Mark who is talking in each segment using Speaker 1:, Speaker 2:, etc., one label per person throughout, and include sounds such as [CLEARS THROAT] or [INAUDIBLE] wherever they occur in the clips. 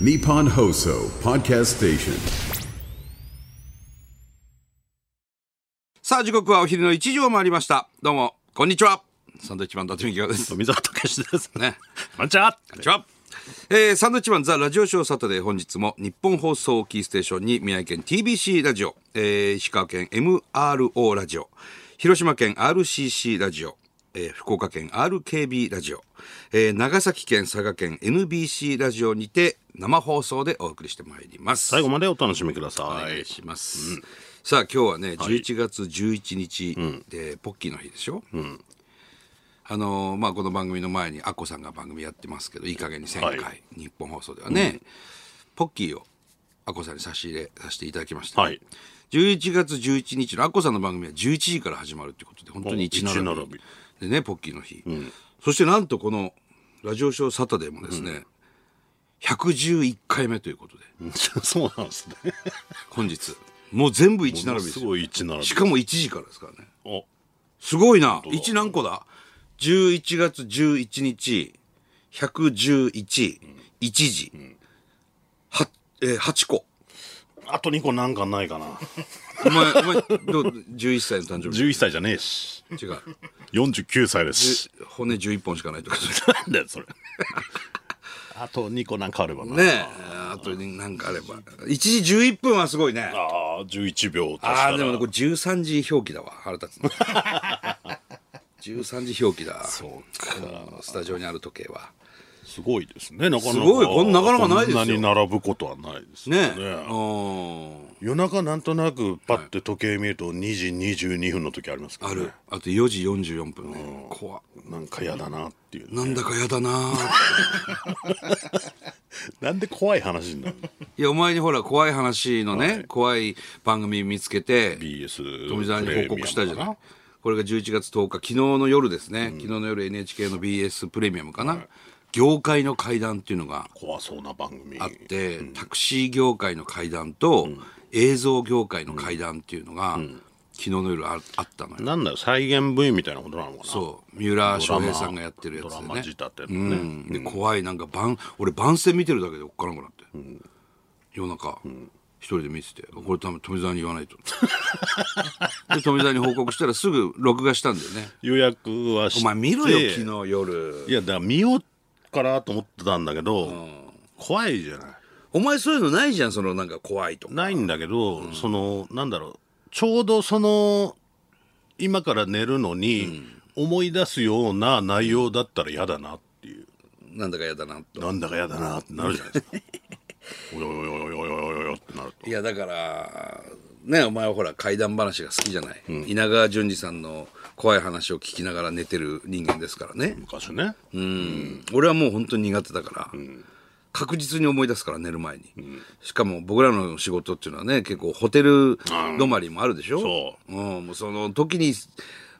Speaker 1: Nippon Hoso Podcast Station.
Speaker 2: さあ、時刻はお昼の1時を回りました。どうも、こんにちは。サンドイッチマン伊達美京です。
Speaker 3: 富澤たけしです。
Speaker 2: ね。
Speaker 3: こんにちは。
Speaker 2: こんにちは。えーサンドイッチマンザ・ラジオショーサタデー本日も日本放送をキーステーションに宮城県 TBC ラジオ、えー石川県 MRO ラジオ、広島県 RCC ラジオ、えー福岡県 RKB ラジオ、えー長崎県佐賀県 NBC ラジオにて生放送でお送りしてまいります。
Speaker 3: 最後までお楽しみくださ
Speaker 2: お願
Speaker 3: い
Speaker 2: い。します。さあ今日はね、11月11日でポッキーの日でしょ。あのーまあこの番組の前にアッコさんが番組やってますけど、いい加減に1000回、
Speaker 3: はい
Speaker 2: 日本放送ではね、ポッキーをアッコさんに差し入れさせていただきました。
Speaker 3: はい。
Speaker 2: 11月11日のアッコさんの番組は11時から始まるということで本当に一並び
Speaker 3: お一並び
Speaker 2: でねポッキーの日、そしてなんとこの「ラジオショーサタデー」もですね、111回目ということで
Speaker 3: [LAUGHS] そうなんですね。
Speaker 2: 本日もう全部一並びです
Speaker 3: す
Speaker 2: よ
Speaker 3: ごい一並び
Speaker 2: し。かも1時からですからね。
Speaker 3: お、
Speaker 2: すごいな。1何個だ ?11 月11日、111、1時、はえー、8個。
Speaker 3: あと二個なんかないかな。
Speaker 2: お前、お前、どう11歳の誕生
Speaker 3: [LAUGHS] 十一歳じゃねえし。
Speaker 2: 日。違う。
Speaker 3: 四十九歳です。
Speaker 2: 骨11本しかないとか。
Speaker 3: なんだよ
Speaker 2: [LAUGHS]
Speaker 3: それ。あと二個なんかあればな。
Speaker 2: ねえ、あとになんかあれば。1時11分はすごいね。
Speaker 3: ああ、十一秒足したら。
Speaker 2: ああ、でもねこれ13時表記だわ。腹立つ
Speaker 3: [LAUGHS]
Speaker 2: な。13時表記だ。
Speaker 3: そうか。
Speaker 2: うんスタジオにある時計は。
Speaker 3: すごいですね。なかなか。
Speaker 2: すごいこんなかなかないですよ
Speaker 3: こんなに並ぶことはないです
Speaker 2: ね
Speaker 3: ね
Speaker 2: え。うん
Speaker 3: 夜中なんとなくパッて時計見ると2時22分の時ありますけ
Speaker 2: あ
Speaker 3: どね
Speaker 2: る。あと4時44分ね。怖っ
Speaker 3: なんか嫌だなっていうね
Speaker 2: なんだかやだなぁ
Speaker 3: なんで怖い話になるの
Speaker 2: いや、お前にほら、怖い話のね、怖い番組見つけて、
Speaker 3: BS
Speaker 2: 富澤に報告したじゃ
Speaker 3: プレミア
Speaker 2: な
Speaker 3: ムか
Speaker 2: いこれが11月10日、昨日の夜ですね。昨日の夜 NHK の BS プレミアムかな。業界の会談っていうのが
Speaker 3: 怖そうな番組
Speaker 2: あって、タクシー業界の会談と、映像業界の会談っていうのが、昨日の夜ああったのよ。
Speaker 3: なんだよ再現部位みたいなことなのかな
Speaker 2: そう。三浦翔平さんがやってるやつ
Speaker 3: ド
Speaker 2: で
Speaker 3: ラ
Speaker 2: ね。
Speaker 3: マ仕立ての
Speaker 2: う
Speaker 3: ね、
Speaker 2: ん、で怖いなんか番俺番宣見てるだけでおっかなくなって、夜中、一人で見ててこれ多分富澤に言わないと [LAUGHS] で富澤に報告したらすぐ録画したんだよね
Speaker 3: 予約はして
Speaker 2: [LAUGHS] お前見ろよ昨日夜
Speaker 3: いやだから見ようかなと思ってたんだけど、怖いじゃない
Speaker 2: お前そういうのないじゃんそのなんか怖いとか
Speaker 3: ないんだけど、そのなんだろうちょうどその今から寝るのに思い出すような内容だったら嫌だなっていう
Speaker 2: なんだか嫌だなと
Speaker 3: なんだか嫌だなってなるじゃないですかおよおよおよおよおよおよってなると
Speaker 2: いやだからねお前はほら怪談話が好きじゃない、稲川淳二さんの怖い話を聞きながら寝てる人間ですからね、
Speaker 3: 昔ね、
Speaker 2: うん俺はもう本当に苦手だから、確実に思い出すから寝る前に、しかも僕らの仕事っていうのはね結構ホテル泊まりもあるでしょ、
Speaker 3: そ
Speaker 2: うん、もうその時に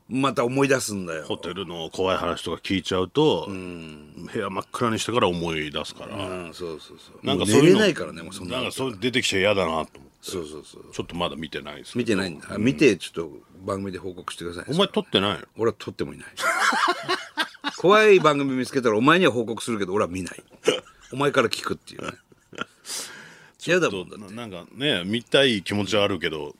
Speaker 2: また思い出すんだよ
Speaker 3: ホテルの怖い話とか聞いちゃうと、部屋真っ暗にしてから思い出すから、
Speaker 2: うんそうそうそう
Speaker 3: なんか
Speaker 2: もう
Speaker 3: そう
Speaker 2: 寝
Speaker 3: いう
Speaker 2: れ
Speaker 3: の
Speaker 2: ないからねもうそんな
Speaker 3: なん
Speaker 2: の
Speaker 3: かそれ出てきちゃ嫌だなと思って
Speaker 2: そうそうそう
Speaker 3: ちょっとまだ見てないですけど
Speaker 2: 見てないんだ、あ見てちょっと番組で報告してください
Speaker 3: お前撮ってないの
Speaker 2: 俺は撮ってもいない怖い番組見つけたらお前には報告するけど俺は見ないお前から聞くっていう
Speaker 3: [LAUGHS]
Speaker 2: ね嫌だもんだって
Speaker 3: ななんかね見たい気持ちはあるけど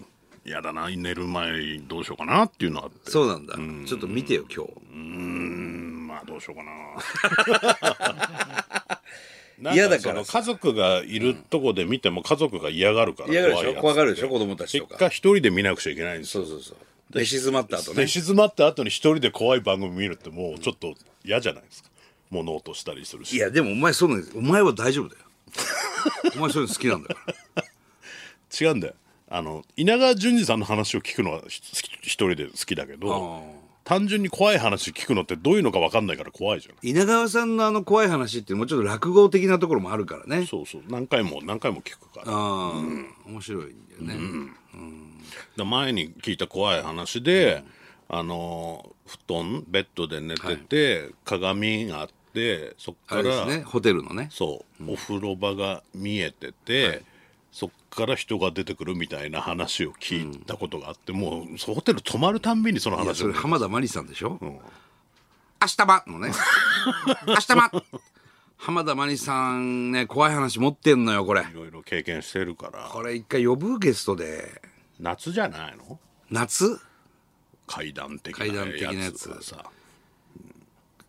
Speaker 3: 嫌だな寝る前にどうしようかなっていうのはあって
Speaker 2: そうなんだ。ちょっと見てよ、今日。
Speaker 3: うんまあどうしようか
Speaker 2: [LAUGHS]
Speaker 3: な
Speaker 2: 嫌だから
Speaker 3: なんその家族がいるとこで見ても家族が嫌がるから
Speaker 2: 嫌がるでしょ怖が
Speaker 3: る
Speaker 2: るでしょ子供たちと
Speaker 3: 結
Speaker 2: か。
Speaker 3: 果一人で見なくちゃいけないんですよ
Speaker 2: そうそうそう。寝静まった後
Speaker 3: 寝
Speaker 2: ね。
Speaker 3: 静まった後に一人で怖い番組見るってもうちょっと嫌じゃないですか物音したりする
Speaker 2: い
Speaker 3: し
Speaker 2: や、でもお前そうなんです。お前は大丈夫だよ。お前そういうの好きなんだ
Speaker 3: [LAUGHS]
Speaker 2: から。
Speaker 3: 違うんだよあの稲川淳二さんの話を聞くのはひ好き一人で好きだけど単純に怖い話聞くのってどういうのか分かんないから怖いじゃない
Speaker 2: 稲川さんのあの怖い話ってもうちょっと落語的なところもあるからね。
Speaker 3: そうそう何回も何回も聞くからだ
Speaker 2: あ
Speaker 3: か
Speaker 2: あ、面白いんだよね。
Speaker 3: ら前に聞いた怖い話で、あの布団ベッドで寝てて、鏡があってそっ
Speaker 2: あ
Speaker 3: か
Speaker 2: れです
Speaker 3: ら、
Speaker 2: ね。ホテルのね。
Speaker 3: そう、お風呂場が見えてて、そっから人が出てくるみたいな話を聞いたことがあって、もうそうホテル泊まるたんびにその
Speaker 2: いや、
Speaker 3: 話
Speaker 2: そ
Speaker 3: を
Speaker 2: れ [LAUGHS] 浜田真理さんでしょ明日ばのね。明日ば浜田真理さんね怖い話持ってんのよこれ
Speaker 3: いろいろ経験してるから
Speaker 2: これ一回呼ぶゲストで
Speaker 3: 夏じゃないの
Speaker 2: 夏
Speaker 3: 階段的
Speaker 2: 階段的な
Speaker 3: な
Speaker 2: や
Speaker 3: や
Speaker 2: つ
Speaker 3: つがさ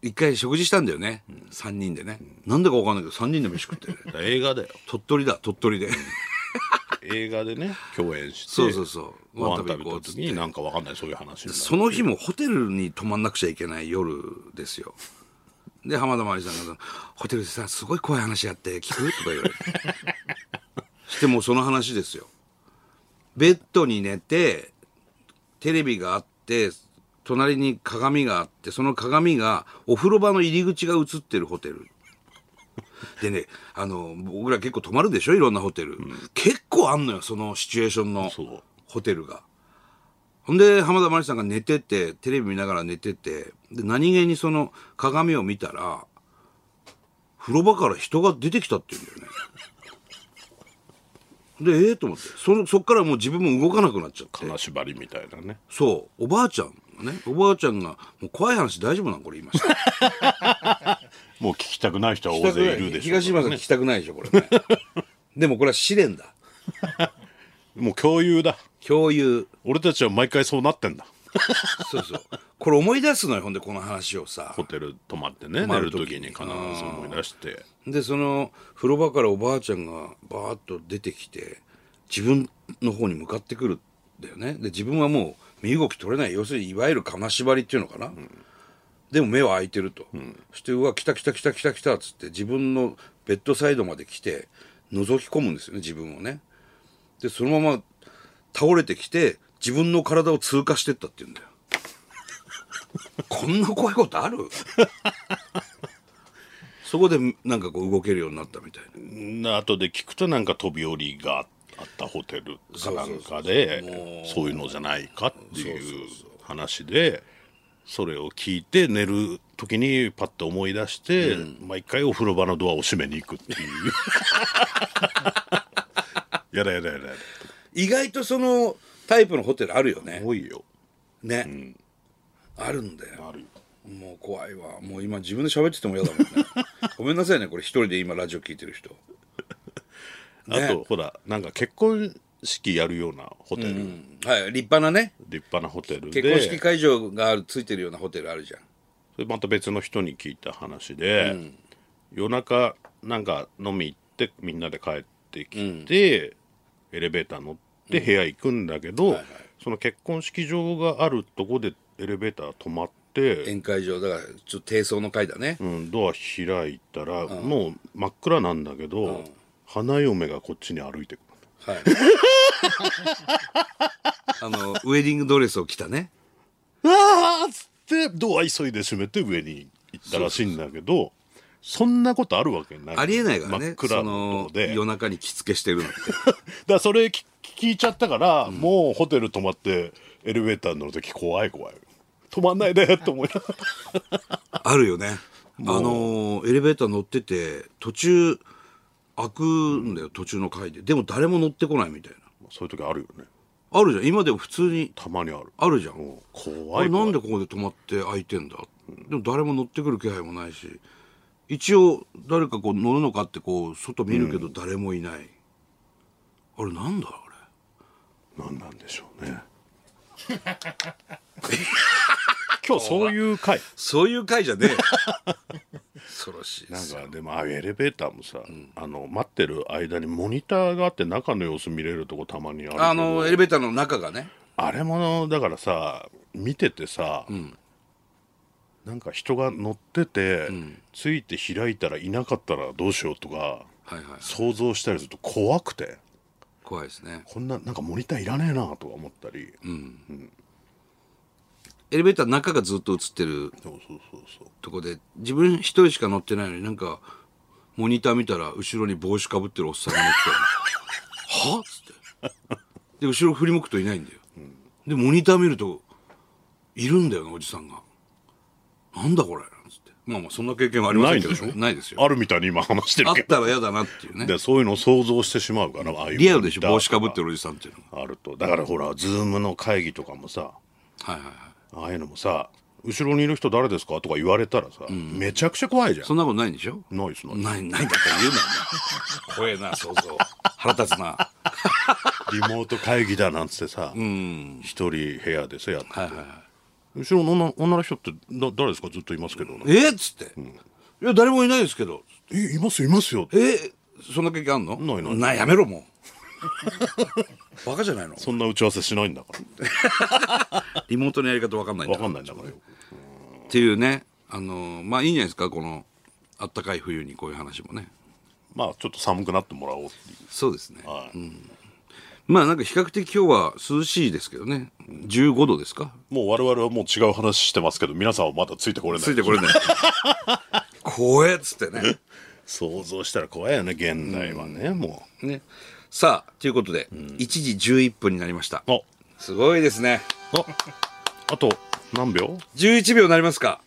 Speaker 2: 一回食事したんだよね、三3人でねなんでか分かんないけど3人で飯食ってる [LAUGHS]
Speaker 3: 映画だよ
Speaker 2: 鳥取だ鳥取で [LAUGHS]
Speaker 3: 映画でね共演して
Speaker 2: そうそうそう
Speaker 3: ご
Speaker 2: ご飯
Speaker 3: 飯
Speaker 2: 食べ
Speaker 3: 食
Speaker 2: 行
Speaker 3: べ
Speaker 2: こう
Speaker 3: た
Speaker 2: っつって
Speaker 3: 時になんかわかんないそういう話になる
Speaker 2: その日もホテルに泊まんなくちゃいけない夜ですよで浜田真理さんが「ホテルでさすごい怖い話やって聞く?」とか言われてしてもうその話ですよベッドに寝てテレビがあって隣に鏡があってその鏡がお風呂場の入り口が映ってるホテルでねあの僕ら結構泊まるでしょいろんなホテル、結構あんのよそのシチュエーションの
Speaker 3: そう
Speaker 2: ホテルがほんで浜田真理さんが寝ててテレビ見ながら寝ててで何気にその鏡を見たら風呂場から人が出てきたって言うんだよねでええと思ってそのそっからもう自分も動かなくなっちゃって
Speaker 3: 金縛りみたいなね
Speaker 2: そう、おばあちゃんがね、おばあちゃんが、もう怖い話大丈夫
Speaker 3: [LAUGHS]
Speaker 2: なのこれ言いました。
Speaker 3: もう聞きたくない人は大勢いるでしょ
Speaker 2: 東
Speaker 3: うか
Speaker 2: 島
Speaker 3: ら
Speaker 2: さん聞
Speaker 3: ね
Speaker 2: きたくないでしょ、これね。でもこれは試練だ。
Speaker 3: もう共有だ
Speaker 2: 共有。
Speaker 3: 俺たちは毎回そうなってんだ
Speaker 2: そうそう。これ思い出すのよ、ほんでこの話をさ
Speaker 3: ホ。テル泊まってね
Speaker 2: ま
Speaker 3: 寝
Speaker 2: る
Speaker 3: る
Speaker 2: 時
Speaker 3: 時に必ず思い出して
Speaker 2: で、その、風呂場からおばあちゃんがバーッと出てきて、自分の方に向かってくるんだよね。で、自分はもう身動き取れない。要するに、いわゆる金縛りっていうのかな。でも目は開いてると、そして「うわ来た来た来た来た来た」っつって自分のベッドサイドまで来て覗き込むんですよね自分をねでそのまま倒れてきて自分の体を通過してったって言うんだよこんな怖いことあるそこでなんかこう動けるようになったみたいな
Speaker 3: な後で聞くとなんか飛び降りがあったホテルかなんかでそういうのじゃないかっていう話でそれを聞いて寝る時にパッと思い出して、毎回お風呂場のドアを閉めに行くっていう [LAUGHS] やだやだやだやだ
Speaker 2: 意外とそのタイプのホテルあるよね
Speaker 3: 多いよ
Speaker 2: ね、あるんだよ
Speaker 3: あるよ
Speaker 2: もう怖いわもう今自分で喋ってても嫌
Speaker 3: [LAUGHS]
Speaker 2: だもんねごめんなさいねこれ一人で今ラジオ聞いてる人ね
Speaker 3: あとほらなんか結婚式やるようなホテル、
Speaker 2: はい立派なね
Speaker 3: 立派なホテルで
Speaker 2: 結婚式会場があるついてるようなホテルあるじゃん
Speaker 3: それまた別の人に聞いた話で、夜中なんか飲み行ってみんなで帰ってきて、エレベーター乗って部屋行くんだけど、その結婚式場があるとこでエレベーター止まって、
Speaker 2: 宴会場だからちょっと低層の階だね、
Speaker 3: うん、ドア開いたら、もう真っ暗なんだけど、花嫁がこっちに歩いてく
Speaker 2: は
Speaker 3: る。
Speaker 2: い [LAUGHS] あのウェディングドレスを着たね
Speaker 3: あーっつってドア急いで閉めて上に行ったらしいんだけどそんなことあるわけない
Speaker 2: ありえないからね
Speaker 3: 真っ暗
Speaker 2: そ
Speaker 3: の
Speaker 2: の
Speaker 3: とこで
Speaker 2: 夜中に着付けしてるのって
Speaker 3: だからそれ聞聞いちゃったから、もうホテル泊まってエレベーター乗る時怖い怖い止まんないでと思いながら
Speaker 2: あるよねあのエレベーター乗ってて途中開くんだよ途中の階ででも誰も乗ってこないみたいな
Speaker 3: [LAUGHS] そういう時あるよね
Speaker 2: あるじゃん今でも普通に
Speaker 3: たまにある
Speaker 2: あるじゃん
Speaker 3: うん
Speaker 2: あ
Speaker 3: 怖
Speaker 2: れ
Speaker 3: い怖い
Speaker 2: なんでここで止まって開いてんだ、でも誰も乗ってくる気配もないし一応誰かこう乗るのかってこう外見るけど誰もいない、あれなんだあれ
Speaker 3: なんなんでしょうね [LAUGHS] 今日そういう回
Speaker 2: そういう回じゃねえ [LAUGHS] 恐ろしい
Speaker 3: なんかでもああいうエレベーターもさ、あの待ってる間にモニターがあって中の様子見れるとこたまにあるけど
Speaker 2: あのエレベーターの中がね
Speaker 3: あれもだからさ見ててさ、なんか人が乗ってて、ついて開いたらいなかったらどうしようとか
Speaker 2: はいはい
Speaker 3: 想像したりすると怖くて
Speaker 2: 怖いですね
Speaker 3: こんななんかモニターいらねえなとか思ったり、
Speaker 2: エレベーターの中がずっと映ってる
Speaker 3: そうそうそうそう
Speaker 2: とこで自分一人しか乗ってないのになんかモニター見たら後ろに帽子かぶってるおっさんが乗ってたはっつってで後ろ振り向くといないんだよ、でモニター見るといるんだよなおじさんがなんだこれなんつってまあまあそんな経験はありま
Speaker 3: な
Speaker 2: せ
Speaker 3: い
Speaker 2: ん
Speaker 3: ん
Speaker 2: け
Speaker 3: で
Speaker 2: ど
Speaker 3: しょ
Speaker 2: ないですよ
Speaker 3: あるみたいに今話して
Speaker 2: あ
Speaker 3: る
Speaker 2: っ
Speaker 3: けど
Speaker 2: たら嫌だなっていうね
Speaker 3: でそういうのを想像してしまうかなああいう
Speaker 2: リアルでしょ
Speaker 3: モニターと
Speaker 2: 帽子かぶってるおじさんっていうの
Speaker 3: あるとだからほらズームの会議とかもさ
Speaker 2: ははいはいはい
Speaker 3: ああいうのもさ後ろにいる人誰ですかとか言われたらさ、めちゃくちゃ怖いじゃん
Speaker 2: そんなことないんでしょ
Speaker 3: ないですない
Speaker 2: ない、ないんだったら言うなよ。怖えな、想像。腹立つな。
Speaker 3: リモート会議だなんつって [LAUGHS] さ一、人部屋でさやってて、
Speaker 2: はいはいはい
Speaker 3: 後ろの女女の人ってだ誰ですかずっといますけど
Speaker 2: えっつって、いや、誰もいないですけど。
Speaker 3: えいますいますよ
Speaker 2: えそんな経験あんの
Speaker 3: ないない
Speaker 2: やめろ、も [LAUGHS] う。バカじゃないの
Speaker 3: そんな打ち合わせしないんだから
Speaker 2: リモートのやり方わかんないんだ
Speaker 3: 分かんないんだからよ
Speaker 2: っていうね。あのー、まあいいんじゃないですか、この、あったかい冬にこういう話もね。
Speaker 3: まあちょっと寒くなってもらおうっていう
Speaker 2: そうですね。
Speaker 3: はい
Speaker 2: まあなんか比較的今日は涼しいですけどね。15度ですか
Speaker 3: もう我々はもう違う話してますけど皆さんはまだついてこれない
Speaker 2: ついてこれない。 [LAUGHS] 怖えっつってね。
Speaker 3: 想像したら怖いよね現代はね、も
Speaker 2: ね。さあ、ということで、1時11分になりました。
Speaker 3: うあ
Speaker 2: すごいですね。
Speaker 3: ああと何秒
Speaker 2: 11秒になりますか。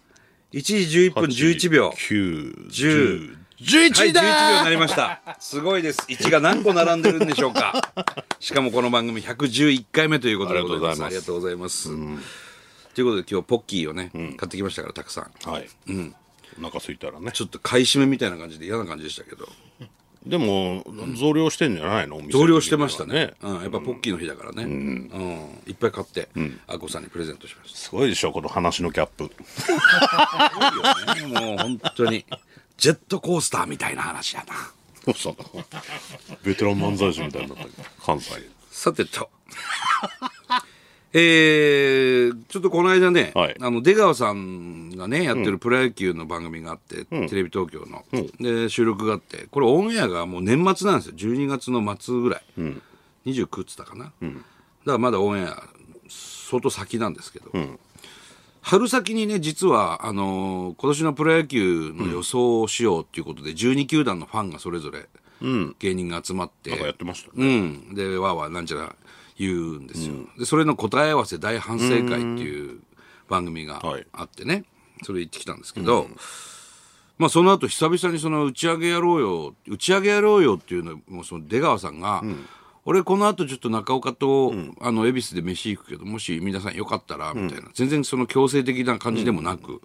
Speaker 2: 1時11分11秒。
Speaker 3: 91011
Speaker 2: 10はい、11
Speaker 3: だー、
Speaker 2: 秒になりました。すごいです。1が何個並んでるんでしょうか。しかもこの番組111回目ということでございます。あ
Speaker 3: あ
Speaker 2: り
Speaker 3: り
Speaker 2: が
Speaker 3: が
Speaker 2: とうございます。ということで今日ポッキーをね、買ってきましたからたくさん。
Speaker 3: はい、お腹空いたらね
Speaker 2: ちょっと買い占めみたいな感じで嫌な感じでしたけど。
Speaker 3: でも増量してんじゃないのお店
Speaker 2: 増量してました
Speaker 3: 的
Speaker 2: ね。
Speaker 3: には
Speaker 2: うん、やっぱポッキーの日だからね。うん、いっぱい買って、あこさんにプレゼントしました。
Speaker 3: すごいでしょこの話のキャッ
Speaker 2: [LAUGHS]
Speaker 3: プ
Speaker 2: ねもう本当にジェットコースターみたいな話やな
Speaker 3: どうしたのベテラン漫才師みたいになったけ
Speaker 2: [LAUGHS]
Speaker 3: ど関西
Speaker 2: さてと [LAUGHS] えー、ちょっとこの間ね、
Speaker 3: はい
Speaker 2: あの出川さんがねやってるプロ野球の番組があって、テレビ東京の、で収録があってこれオンエアがもう年末なんですよ12月の末ぐらい、29っつったかな、だからまだオンエア相当先なんですけど、春先にね実はあのー今年のプロ野球の予想をしようっていうことで、12球団のファンがそれぞれ芸人が集まって、
Speaker 3: なんかやってました
Speaker 2: う
Speaker 3: ね、
Speaker 2: ん、でわーわーなんちゃら言うんですよ、でそれの答え合わせ大反省会っていう番組が
Speaker 3: はい
Speaker 2: あってね、それ行ってきたんですけど、まあ、その後久々にその打ち上げやろうよ打ち上げやろうよっていうのもその出川さんが、俺この後ちょっと中岡と、あの恵比寿で飯行くけどもし皆さんよかったらみたいな、全然その強制的な感じでもなく、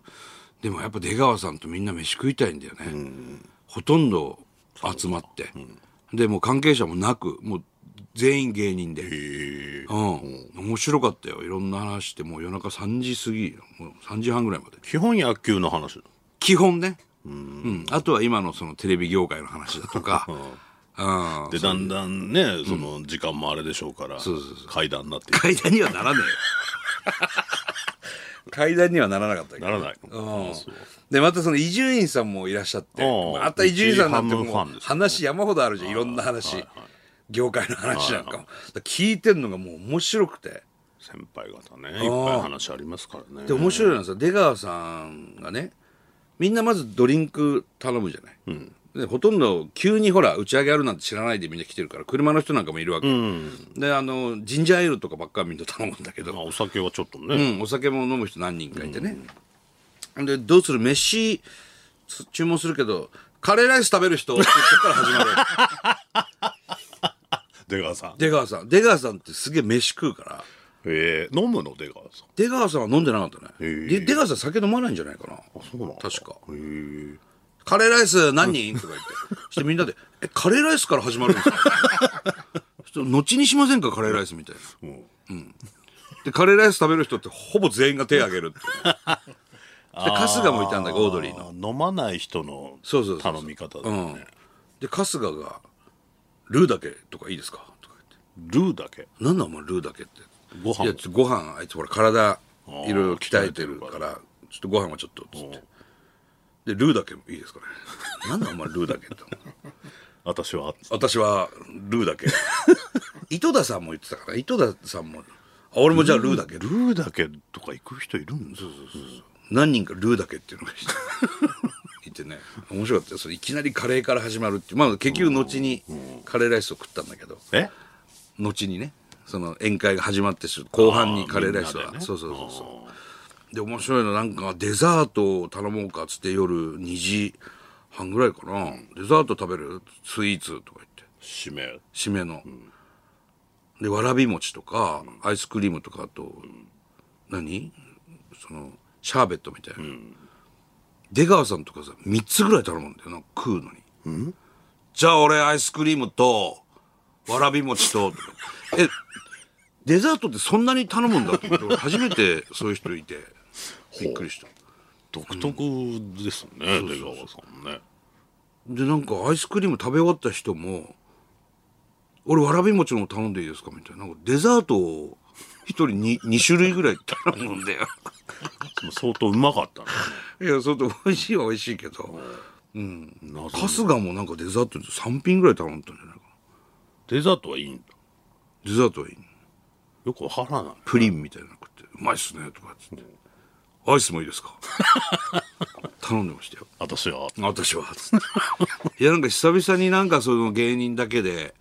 Speaker 2: でもやっぱ出川さんとみんな飯食いたいんだよね、ほとんど集まって、でもう関係者もなくもう全員芸人で、うん、面白かったよいろんな話してもう夜中3時過ぎもう3時半ぐらいまで
Speaker 3: 基本野球の話
Speaker 2: 基本ねうん、あとは今のそのテレビ業界の話だとか、うん、
Speaker 3: でだんだんねその時間もあれでしょうから、階段になっていく
Speaker 2: 階段にはならねえよ階段にはならなかったけど
Speaker 3: ならない
Speaker 2: [LAUGHS] うん
Speaker 3: そう
Speaker 2: でまたその伊集院さんもいらっしゃって
Speaker 3: ああ
Speaker 2: また伊集院さんなんて
Speaker 3: 一時
Speaker 2: も
Speaker 3: 半
Speaker 2: う
Speaker 3: 分ファンですよ
Speaker 2: 話山ほどあるじゃんいろんな話、業界の話なんかも、だから聞いてんのがもう面白くて
Speaker 3: 先輩方ねいっぱい話ありますからね
Speaker 2: で面白いのはさ出川さんがねみんなまずドリンク頼むじゃない、でほとんど急にほら打ち上げあるなんて知らないでみんな来てるから車の人なんかもいるわけ、であのジンジャーエールとかばっかみんな頼むんだけど、
Speaker 3: まあお酒はちょっとね、
Speaker 2: うん、お酒も飲む人何人かいてね、でどうする飯つ注文するけどカレーライス食べる人って言ってから始まる
Speaker 3: 出川さん
Speaker 2: 出川さん出川さんってすげえ飯食うから
Speaker 3: えー、飲むの出川さん
Speaker 2: 出川さんは飲んでなかったね、
Speaker 3: へえ
Speaker 2: で出川さん酒飲まないんじゃないかな
Speaker 3: あそうなの
Speaker 2: 確か
Speaker 3: へー
Speaker 2: カレーライス何人とか言って。そしてみんなで、え、カレーライスから始まるんですか [LAUGHS] ちょっと後にしませんかカレーライスみたいな。
Speaker 3: うん
Speaker 2: で、カレーライス食べる人ってほぼ全員が手挙げるっていうね。で、春日もいたんだけど、オードリーの。
Speaker 3: あー飲まない人の
Speaker 2: そうそうそう
Speaker 3: 頼み方だ
Speaker 2: う
Speaker 3: よ
Speaker 2: ん
Speaker 3: ね。
Speaker 2: で、春日が、ルーだけとかいいですかとか言って。
Speaker 3: ルーだけ
Speaker 2: なんだお前ルーだけって。
Speaker 3: ご飯
Speaker 2: いや、ちょっとご飯、あいつほら体、いろいろ鍛えてるから、ちょっとご飯はちょっと、つって。で、ルーだけもいいですかね。なんだお前ルーだけって。
Speaker 3: 私は
Speaker 2: 私はルーだけ [LAUGHS] 井戸田さんも言ってたから井戸田さんもあ俺もじゃあルーだけ
Speaker 3: ルーだけとか行く人いるんです
Speaker 2: 何人かルーだけっていうのが [LAUGHS] いていてね面白かったよそれいきなりカレーから始まるっていうまあ結局後にカレーライスを食ったんだけど
Speaker 3: え
Speaker 2: 後にねその宴会が始まってす後半にカレーライス
Speaker 3: あーみ
Speaker 2: は、
Speaker 3: んなでね
Speaker 2: そうそうそうそうで面白いのなんかデザートを頼もうかっつって夜2時半ぐらいかな、デザート食べるスイーツとか言って
Speaker 3: 締め
Speaker 2: 締めの、でわらび餅とかアイスクリームとかあと、何そのシャーベットみたいな、出川さんとかさ3つぐらい頼むんだよな食うのに、じゃあ俺アイスクリームとわらび餅とえデザートってそんなに頼むんだと思って俺初めてそういう人いてびっくりした
Speaker 3: 独特ですね、出川さんね
Speaker 2: でなんかアイスクリーム食べ終わった人も「俺わらび餅の方頼んでいいですか?」みたいななんかデザートを一人に [LAUGHS] 2種類ぐらい頼むんだよ [LAUGHS]
Speaker 3: でも相当うまかったね
Speaker 2: いやそれと美味しいは美味しいけど
Speaker 3: 謎
Speaker 2: 春日もなんかデザートで3品ぐらい頼んだんじゃないかな
Speaker 3: デザートはいいんだ
Speaker 2: デザートはいい
Speaker 3: よくわからない
Speaker 2: プリンみたいなの食って「うまいっすね」とかっつって「アイスもいいですか? 」頼んでましたよ
Speaker 3: 私は
Speaker 2: 私は [LAUGHS] つっていやなんか久々になんかその芸人だけで、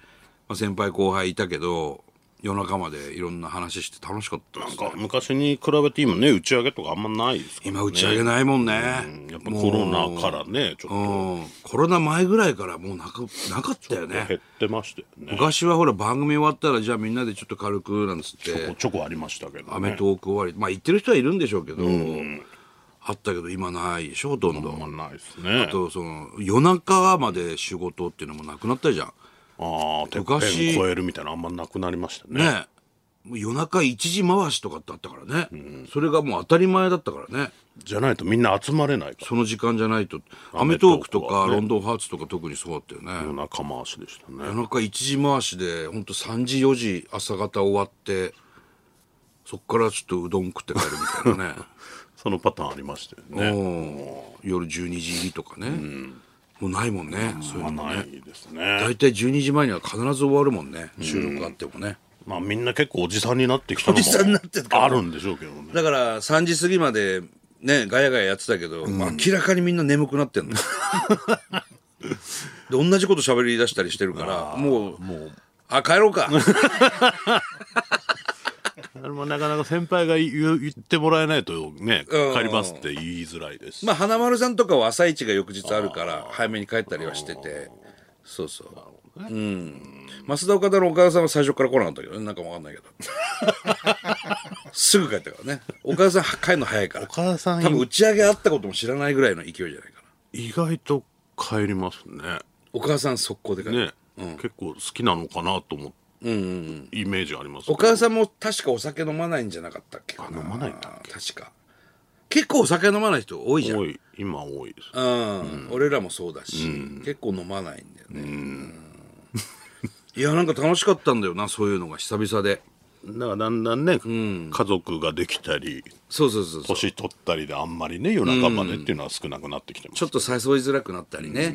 Speaker 2: まあ、先輩後輩いたけど夜中までいろんな話して楽しかったで
Speaker 3: なん
Speaker 2: す
Speaker 3: か昔に比べて今ね打ち上げとかあんまないですからね
Speaker 2: 今打ち上げないもんね
Speaker 3: うんやっぱコロナからねち
Speaker 2: う
Speaker 3: ょ
Speaker 2: んコロナ前ぐらいからもうなかなかったよ
Speaker 3: っと
Speaker 2: ね
Speaker 3: 減ってましたよね
Speaker 2: 昔はほら番組終わったらじゃあみんなでちょっと軽くなんつっ
Speaker 3: ちょこ
Speaker 2: て
Speaker 3: ちょこありましたけど、ね、
Speaker 2: アメトーク終わりまあ行ってる人はいるんでしょうけどあったけど今ないでしょほとんど
Speaker 3: あんまないですね
Speaker 2: あとその夜中まで仕事っていうのもなくなったじゃん
Speaker 3: ああてっぺん
Speaker 2: 昔
Speaker 3: 超えるみたいなのあんまなくなりましたね
Speaker 2: ねもう夜中1時回しとかってあったからね、それがもう当たり前だったからね
Speaker 3: じゃないとみんな集まれないか
Speaker 2: その時間じゃないと『ア
Speaker 3: メ
Speaker 2: メ
Speaker 3: ト
Speaker 2: トー
Speaker 3: ーク
Speaker 2: ク』
Speaker 3: と
Speaker 2: と
Speaker 3: か
Speaker 2: か『
Speaker 3: ね
Speaker 2: ロンドンハーツ』とか特にそうだったよ
Speaker 3: ら
Speaker 2: ね
Speaker 3: 仲間足でしたね
Speaker 2: 夜中1時回しでほんと3時4時朝方終わってそっからちょっとうどん食って帰るみたいなね
Speaker 3: そのパターンありましたよね
Speaker 2: [LAUGHS] うん夜12時入りとかね、もうないもんねそういうの
Speaker 3: まあないですね
Speaker 2: 大体12時前には必ず終わるもんね収録あってもね、
Speaker 3: まあみんな結構おじさんになってきたの
Speaker 2: おじさんになってるか
Speaker 3: も
Speaker 2: ら
Speaker 3: あるんでしょうけどね
Speaker 2: だから3時過ぎまでねガヤガヤやってたけど、明らかにみんな眠くなってん
Speaker 3: [LAUGHS]
Speaker 2: ので同じこと喋り出したりしてるからもう
Speaker 3: もう
Speaker 2: あ帰ろうか
Speaker 3: あれもなかなか先輩が言う言ってもらえないとね
Speaker 2: うん
Speaker 3: 帰りますって言いづらいです
Speaker 2: まあ花丸さんとかは朝一が翌日あるから早めに帰ったりはしててそうそううん増田岡田の岡田さんは最初から来なかったけどねなんかわかんないけ
Speaker 3: [LAUGHS]
Speaker 2: どすぐ帰ったからね岡田さん帰るの早いから
Speaker 3: 岡田さん
Speaker 2: 多分打ち上げあったことも知らないぐらいの勢いじゃないかな
Speaker 3: 意外と帰りますね
Speaker 2: 岡田さん速攻で帰る、
Speaker 3: ね、結構好きなのかなと思うイメージあります
Speaker 2: お母さんも確かお酒飲まないんじゃなかったっけかな
Speaker 3: 飲まないんだ
Speaker 2: 確か結構お酒飲まない人多いじゃん
Speaker 3: 多い今多いです
Speaker 2: うん、俺らもそうだし、結構飲まないんだよね、うんいやなんか楽しかったんだよなそういうのが久々で
Speaker 3: だからだんだんね、家族ができたり
Speaker 2: そうそうそうそう
Speaker 3: 年取ったりであんまりね夜中までっていうのは少なくなってきてます、
Speaker 2: ちょっと誘いづらくなったりね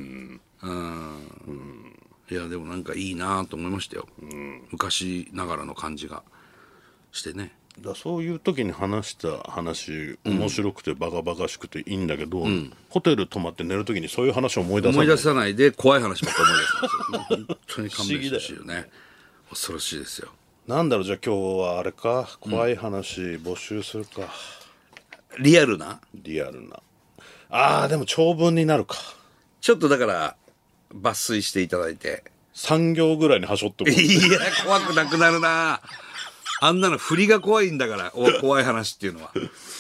Speaker 2: うん、いやでもなんかいいなと思いましたよ、昔ながらの感じがしてね
Speaker 3: だからそういう時に話した話面白くてバカバカしくていいんだけど、ホテル泊まって寝る時にそういう話を思い出さ
Speaker 2: 思
Speaker 3: ないい
Speaker 2: 出さないで怖い話ばっかり [LAUGHS] 思い出すんですよ本当に勘弁してほしいよね恐ろしいですよ
Speaker 3: なんだろうじゃあ今日はあれか怖い話募集するか、
Speaker 2: リアルな
Speaker 3: リアルなあーでも長文になるか
Speaker 2: ちょっとだから抜粋していただいて
Speaker 3: 3行ぐらいに端折っても
Speaker 2: いや怖くなくなるなあんなの振りが怖いんだからお怖い話っていうのは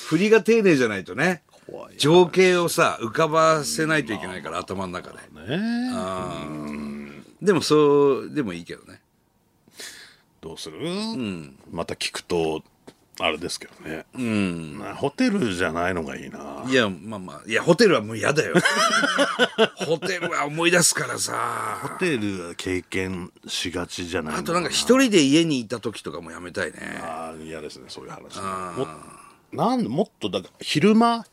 Speaker 2: 振りが丁寧じゃないとね
Speaker 3: 怖い
Speaker 2: 情景をさ浮かばせないといけないから頭の中で
Speaker 3: ね
Speaker 2: でもそうでもいいけどね
Speaker 3: どうする、また聞くとあれですけどね、まあホテルじゃないのがいいない
Speaker 2: やまあまあいやホテルはもう嫌 [LAUGHS] だよホテルは思い出すからさ
Speaker 3: ホテルは経験しがちじゃないの
Speaker 2: あとなんか一人で家にいた時とかもやめたいね
Speaker 3: あー嫌ですねそういう話もなんもっとだから昼間、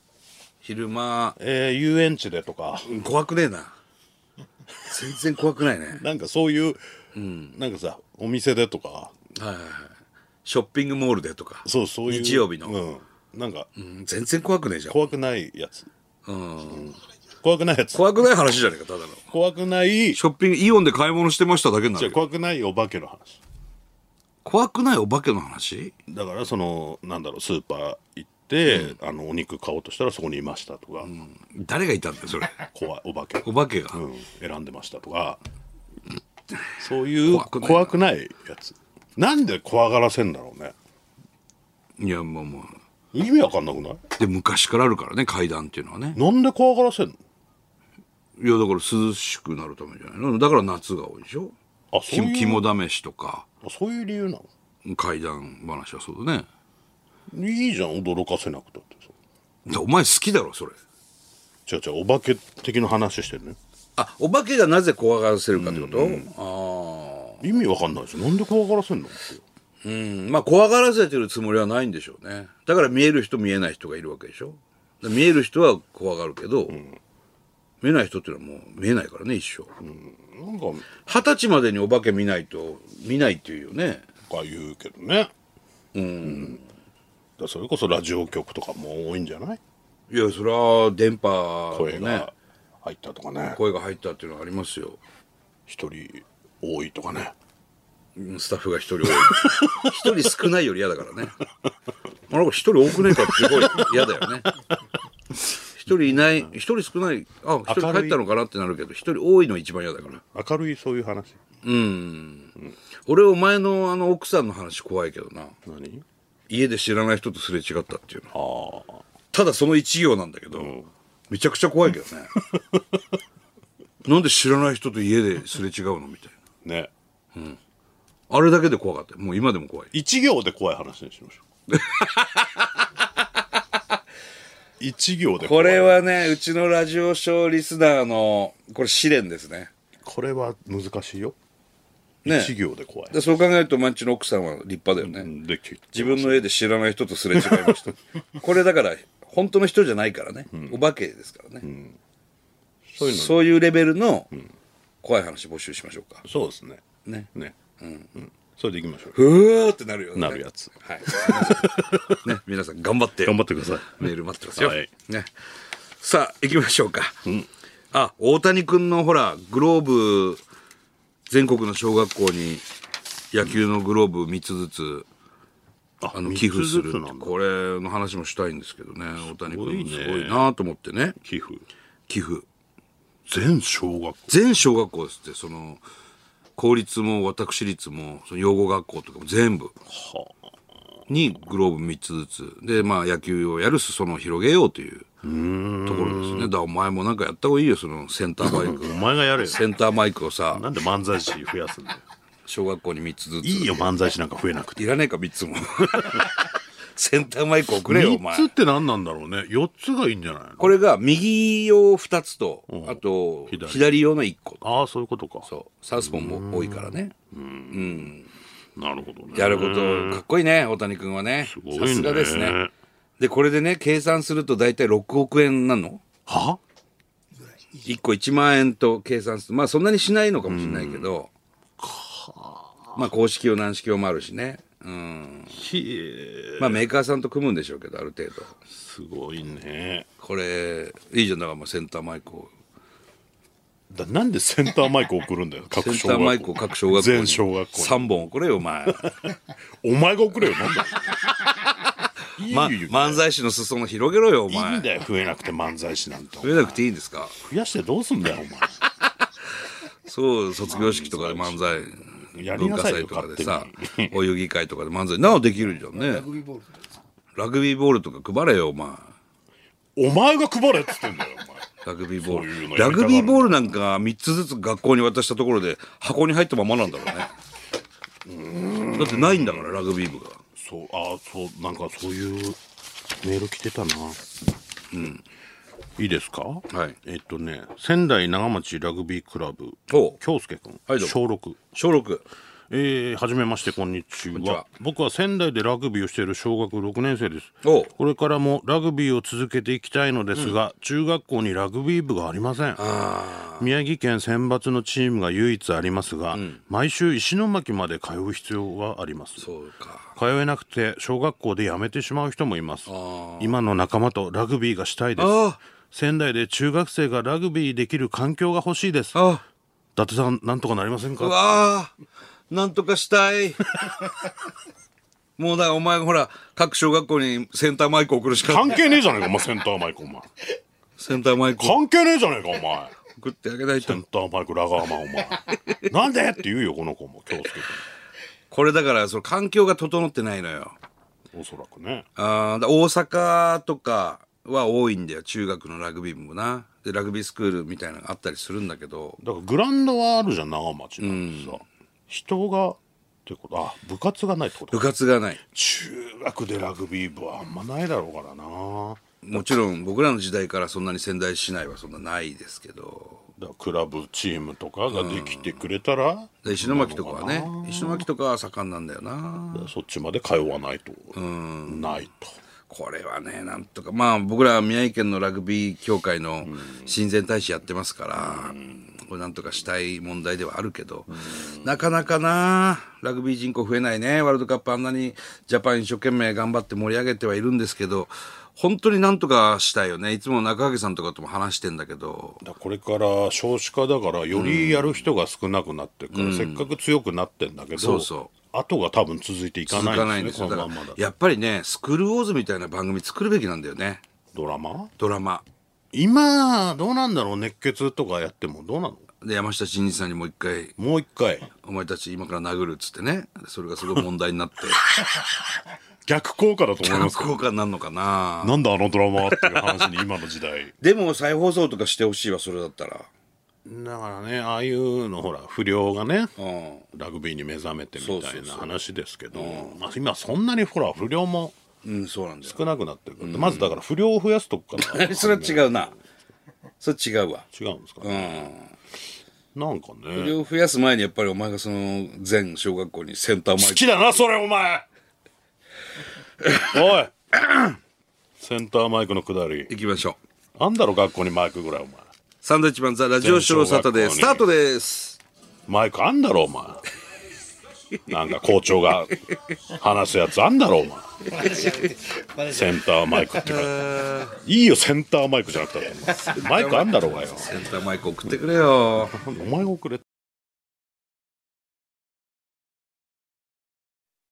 Speaker 2: 昼間
Speaker 3: えー遊園地でとか
Speaker 2: 怖くねえな全然怖くないね
Speaker 3: なんかそういう、なんかさお店でとか
Speaker 2: はいはいはいショッピングモールでとか
Speaker 3: そうそういう
Speaker 2: 日曜日の、
Speaker 3: うん、なんか
Speaker 2: 全然怖くねえじゃん、
Speaker 3: 怖くないやつ、うん怖くないやつ
Speaker 2: 怖くない話じゃねえかただの
Speaker 3: 怖くない
Speaker 2: ショッピングイオンで買い物してましただけにな
Speaker 3: じゃ
Speaker 2: るよ
Speaker 3: あ怖くないお化けの話
Speaker 2: 怖くないお化けの話
Speaker 3: だからそのなんだろうスーパー行って、あのお肉買おうとしたらそこにいましたとか、
Speaker 2: 誰がいたんだよそれ
Speaker 3: 怖いお化け、
Speaker 2: お化けが、
Speaker 3: うん、選んでましたとかそういう怖
Speaker 2: 怖く
Speaker 3: く
Speaker 2: ないな
Speaker 3: ないやつなんで怖がらせんだろうね
Speaker 2: いやまあまあ
Speaker 3: 意味わかんなくない
Speaker 2: で昔からあるからね階段っていうのはね
Speaker 3: なんで怖がらせんの
Speaker 2: いやだから涼しくなるためじゃないのだから夏が多いでしょ
Speaker 3: あそういう
Speaker 2: き肝試しとか
Speaker 3: あそういう理由な
Speaker 2: 怪談話はそうだね
Speaker 3: のいいじゃん驚かせなくたってさ
Speaker 2: だお前好きだろそれ
Speaker 3: 違う違うお化け的な話してるね
Speaker 2: あお化けがなぜ怖がらせるかってこと、
Speaker 3: 意味わかんないですなんで怖がらせんのって
Speaker 2: うんまあ怖がらせてるつもりはないんでしょうねだから見える人見えない人がいるわけでしょだから見える人は怖がるけど、見えない人っていうのはもう見えないからね一生
Speaker 3: なんか
Speaker 2: 二十歳までにお化け見ないと見ないっていうよね
Speaker 3: か言うけどねうん、だからそれこそラジオ局とかも多いんじゃない
Speaker 2: いやそれは電波の
Speaker 3: 声
Speaker 2: ね
Speaker 3: が入ったとかね
Speaker 2: 声が入ったっていうのはありますよ
Speaker 3: 一人多いとかね
Speaker 2: うんスタッフが一人多い一人少ないより嫌だからねあれこれ一人多くねえかってすごい嫌だよね一人いない一人少ないあ一人
Speaker 3: 明るい
Speaker 2: 帰ったのかなってなるけど一人多いのは一番嫌だから
Speaker 3: 明るいそういう話
Speaker 2: 俺お前のあの奥さんの話怖いけどな
Speaker 3: 何
Speaker 2: 家で知らない人とすれ違ったっていうの
Speaker 3: ああ
Speaker 2: ただその一行なんだけど、めちゃくちゃ怖いけ [LAUGHS] どねなんで知らない人と家ですれ違うのみたい
Speaker 3: ね
Speaker 2: なあれだけで怖かったよもう今でも怖い
Speaker 3: 一行で怖い話にしましょ [LAUGHS] う一行で
Speaker 2: こ
Speaker 3: 怖い
Speaker 2: れはねうちのラジオショーリスナーのこれ試練ですね
Speaker 3: これは難しいよ、
Speaker 2: ね
Speaker 3: 一行で怖い
Speaker 2: でそう考えるとマンチの奥さんは立派だよね、
Speaker 3: うんできる
Speaker 2: 自分の家で知らない人とすれ違いま
Speaker 3: [LAUGHS]
Speaker 2: したこれだから本当の人じゃないからね、お化けですからね、
Speaker 3: そういうの
Speaker 2: そういうレベルの怖い話募集しましょうか。
Speaker 3: そうですね
Speaker 2: ね。
Speaker 3: ねうん、それでいきましょう
Speaker 2: うーってなるよね。
Speaker 3: なるやつ
Speaker 2: はい。 [LAUGHS] ね、皆さん頑張って。
Speaker 3: 頑張ってください
Speaker 2: メール待ってますよ。
Speaker 3: はい
Speaker 2: ね。さあ、行きましょうか。あ、大谷君のほら、グローブ、全国の小学校に野球のグローブ3つずつ、
Speaker 3: あ
Speaker 2: あの、寄付する
Speaker 3: 三つずつ
Speaker 2: っ
Speaker 3: な
Speaker 2: て。
Speaker 3: んだ
Speaker 2: これの話もしたいんですけどね。大谷
Speaker 3: ご
Speaker 2: 君
Speaker 3: いね
Speaker 2: すごいなと思ってね。
Speaker 3: 寄付
Speaker 2: 寄付。
Speaker 3: 全小学校
Speaker 2: 全小学校ですってその公立も私立もその養護学校とかも全部にグローブ3つずつでまあ野球をやる裾野を広げようというところですねだからお前もなんかやった方がいいよそのセンターマイ
Speaker 3: [LAUGHS] お
Speaker 2: ク
Speaker 3: 前がやれよ
Speaker 2: センターマイクをさ
Speaker 3: なんで漫才師増やすんだよ
Speaker 2: 小学校に3つずつ
Speaker 3: [LAUGHS] いいよ漫才師なんか増えなくて
Speaker 2: いらねえか3つも [LAUGHS] センターマイク送れよお前
Speaker 3: 3つって何なんだろうね4つがいいんじゃないの
Speaker 2: これが右用2つとあと
Speaker 3: 左
Speaker 2: 左用の1個
Speaker 3: ああそういうことか
Speaker 2: そうサウスポンも多いからね
Speaker 3: なるほどね
Speaker 2: やることかっこいいね大谷君はね
Speaker 3: ごい
Speaker 2: さ
Speaker 3: ね
Speaker 2: すがですねでこれでね計算すると大体6億円なの
Speaker 3: は
Speaker 2: 1個1万円と計算するとまあそんなにしないのかもしれないけどまあ公式用軟式用もあるしねうん
Speaker 3: ひえ
Speaker 2: まあメーカーさんと組むんでしょうけどある程度
Speaker 3: すごいね
Speaker 2: これいいじゃんだからもうセンターマイクを
Speaker 3: だなんでセンターマイク送るん [LAUGHS] だよ
Speaker 2: セ
Speaker 3: 各
Speaker 2: ン
Speaker 3: 小
Speaker 2: ターマイク
Speaker 3: 学校
Speaker 2: を各小学校に
Speaker 3: 全小学校
Speaker 2: 3本送れよお前
Speaker 3: お前が送れよなんだよいいよ
Speaker 2: ま、漫才師の裾野広げろよお
Speaker 3: いい
Speaker 2: 前
Speaker 3: んだよ増えなくて漫才師なんて
Speaker 2: 増えなくていいんですか
Speaker 3: 増やしてどうすんだよお
Speaker 2: そう、卒業式とかで漫才、
Speaker 3: やり
Speaker 2: 文
Speaker 3: な
Speaker 2: 化
Speaker 3: さい
Speaker 2: 祭
Speaker 3: よ
Speaker 2: とかでさ、お遊戯会とかで漫才、なおできるじゃんね。ラグビーボールとか配れよ、お前。
Speaker 3: 前お前が配れっつってんだよお前
Speaker 2: ラグビーボール。
Speaker 3: そういうのや
Speaker 2: ラ
Speaker 3: りたがる
Speaker 2: グビーボールなんか3つずつ学校に渡したところで箱に入ったままなんだろうね。だってないんだから、ラグビー部が。
Speaker 3: そうあそうなんかそういうメール来てたなうんいいですかはいえっとね仙台長町ラグビークラブ
Speaker 2: お
Speaker 3: 京介君、
Speaker 2: はいどうも
Speaker 3: 小6
Speaker 2: 小6。
Speaker 3: えー、はじめましてこんにちは
Speaker 2: にちは
Speaker 3: 僕は仙台でラグビーをしている小学6年生です
Speaker 2: おう
Speaker 3: これからもラグビーを続けていきたいのですが、中学校にラグビー部がありません宮城県選抜のチームが唯一ありますが、毎週石巻まで通う必要はあります
Speaker 2: そうか。
Speaker 3: 通えなくて小学校で辞めてしまう人もいます今の仲間とラグビーがしたいです
Speaker 2: あ
Speaker 3: 仙台で中学生がラグビーできる環境が欲しいです伊
Speaker 2: あ、
Speaker 3: 達さんなんとかなりません
Speaker 2: う
Speaker 3: か
Speaker 2: わあ、なんとかしたい。 [LAUGHS] もうだからお前ほら、各小学校にセンターマイク送るしかない
Speaker 3: 関係ねえじゃねえかお前センターマイクお
Speaker 2: [LAUGHS]
Speaker 3: 前
Speaker 2: センターマイク
Speaker 3: 関係ねえじゃねえかお前
Speaker 2: 送ってあげないと
Speaker 3: センターマイクラガーマンお前なんでって言うよこの子も京介
Speaker 2: これだからその環境が整ってないのよ
Speaker 3: おそらくね
Speaker 2: あーだ大阪とかは多いんだよ中学のラグビー部もなでラグビースクールみたいなのがあったりするんだけど
Speaker 3: だからグラウンドはあるじゃん長町なんてさ、人がってことあ部活がないってこと
Speaker 2: 部
Speaker 3: か
Speaker 2: 活がない
Speaker 3: 中学でラグビー部はあんまないだろうからな
Speaker 2: もちろん僕らの時代からそんなに仙台市内はそんなないですけど
Speaker 3: だからクラブチームとかができてくれたら、
Speaker 2: で石巻とかはね石巻とかは盛んなんだよな
Speaker 3: そっちまで通わないと、ないと
Speaker 2: これはねなんとかまあ僕らは宮城県のラグビー協会の親善大使やってますから、これなんとかしたい問題ではあるけど、なかなかなラグビー人口増えないねワールドカップあんなにジャパン一生懸命頑張って盛り上げてはいるんですけど本当になんとかしたいよねいつも中垣さんとかとも話してんだけど
Speaker 3: だからこれから少子化だからよりやる人が少なくなってくる、せっかく強くなってんだけど、
Speaker 2: そうそ
Speaker 3: 後が多分続いていか
Speaker 2: 続
Speaker 3: ない
Speaker 2: かないん
Speaker 3: んで
Speaker 2: ですす
Speaker 3: ね
Speaker 2: よだ
Speaker 3: こ
Speaker 2: か
Speaker 3: の
Speaker 2: ら
Speaker 3: まんまだと
Speaker 2: やっぱりねスクールウォーズみたいな番組作るべきなんだよね
Speaker 3: ドラマ
Speaker 2: ドラマ
Speaker 3: 今どうなんだろう熱血とかやってもどうなの
Speaker 2: で山下真司さんにもう一回
Speaker 3: もう一回
Speaker 2: お前たち今から殴るっつってねそれがすごい問題になって [LAUGHS]
Speaker 3: 逆効果だと思いますけど
Speaker 2: 効果になるのかな
Speaker 3: なんだあのドラマはっていう話に今の時代
Speaker 2: でも再放送とかしてほしいわそれだったら
Speaker 3: だからねああいうのほら不良がね
Speaker 2: うん
Speaker 3: ラグビーに目覚めて
Speaker 2: そ
Speaker 3: み
Speaker 2: う
Speaker 3: た
Speaker 2: そう
Speaker 3: いな
Speaker 2: そう
Speaker 3: 話ですけどまあ今そんなにほら不良も
Speaker 2: うんそうなんだよ [LAUGHS]
Speaker 3: 少なくなってくる、まずだから不良を増やすとこから
Speaker 2: それは違うなそれ違うわ
Speaker 3: 違うんですかね、なんか
Speaker 2: そ
Speaker 3: ね
Speaker 2: れを増やす前にやっぱりお前がその全小学校にセンターマ
Speaker 3: 好
Speaker 2: イク
Speaker 3: きだなそれ
Speaker 2: [LAUGHS]
Speaker 3: お前おい [CLEARS THROAT] センターマイクのくだり
Speaker 2: 行きましょう
Speaker 3: あんだろ学校にマイクぐらいお前
Speaker 2: サンドウィッチマンザラジオショーサタデースタートです
Speaker 3: マイクあんだろ
Speaker 2: [LAUGHS]
Speaker 3: お前なんか校長が話すやつあんだろお前センターマイクって書いてあるいいよ
Speaker 2: [LAUGHS]
Speaker 3: センターマイクじゃなくてマイクあんだろうがよ
Speaker 2: センターマイク送ってくれよ
Speaker 3: お前が遅れ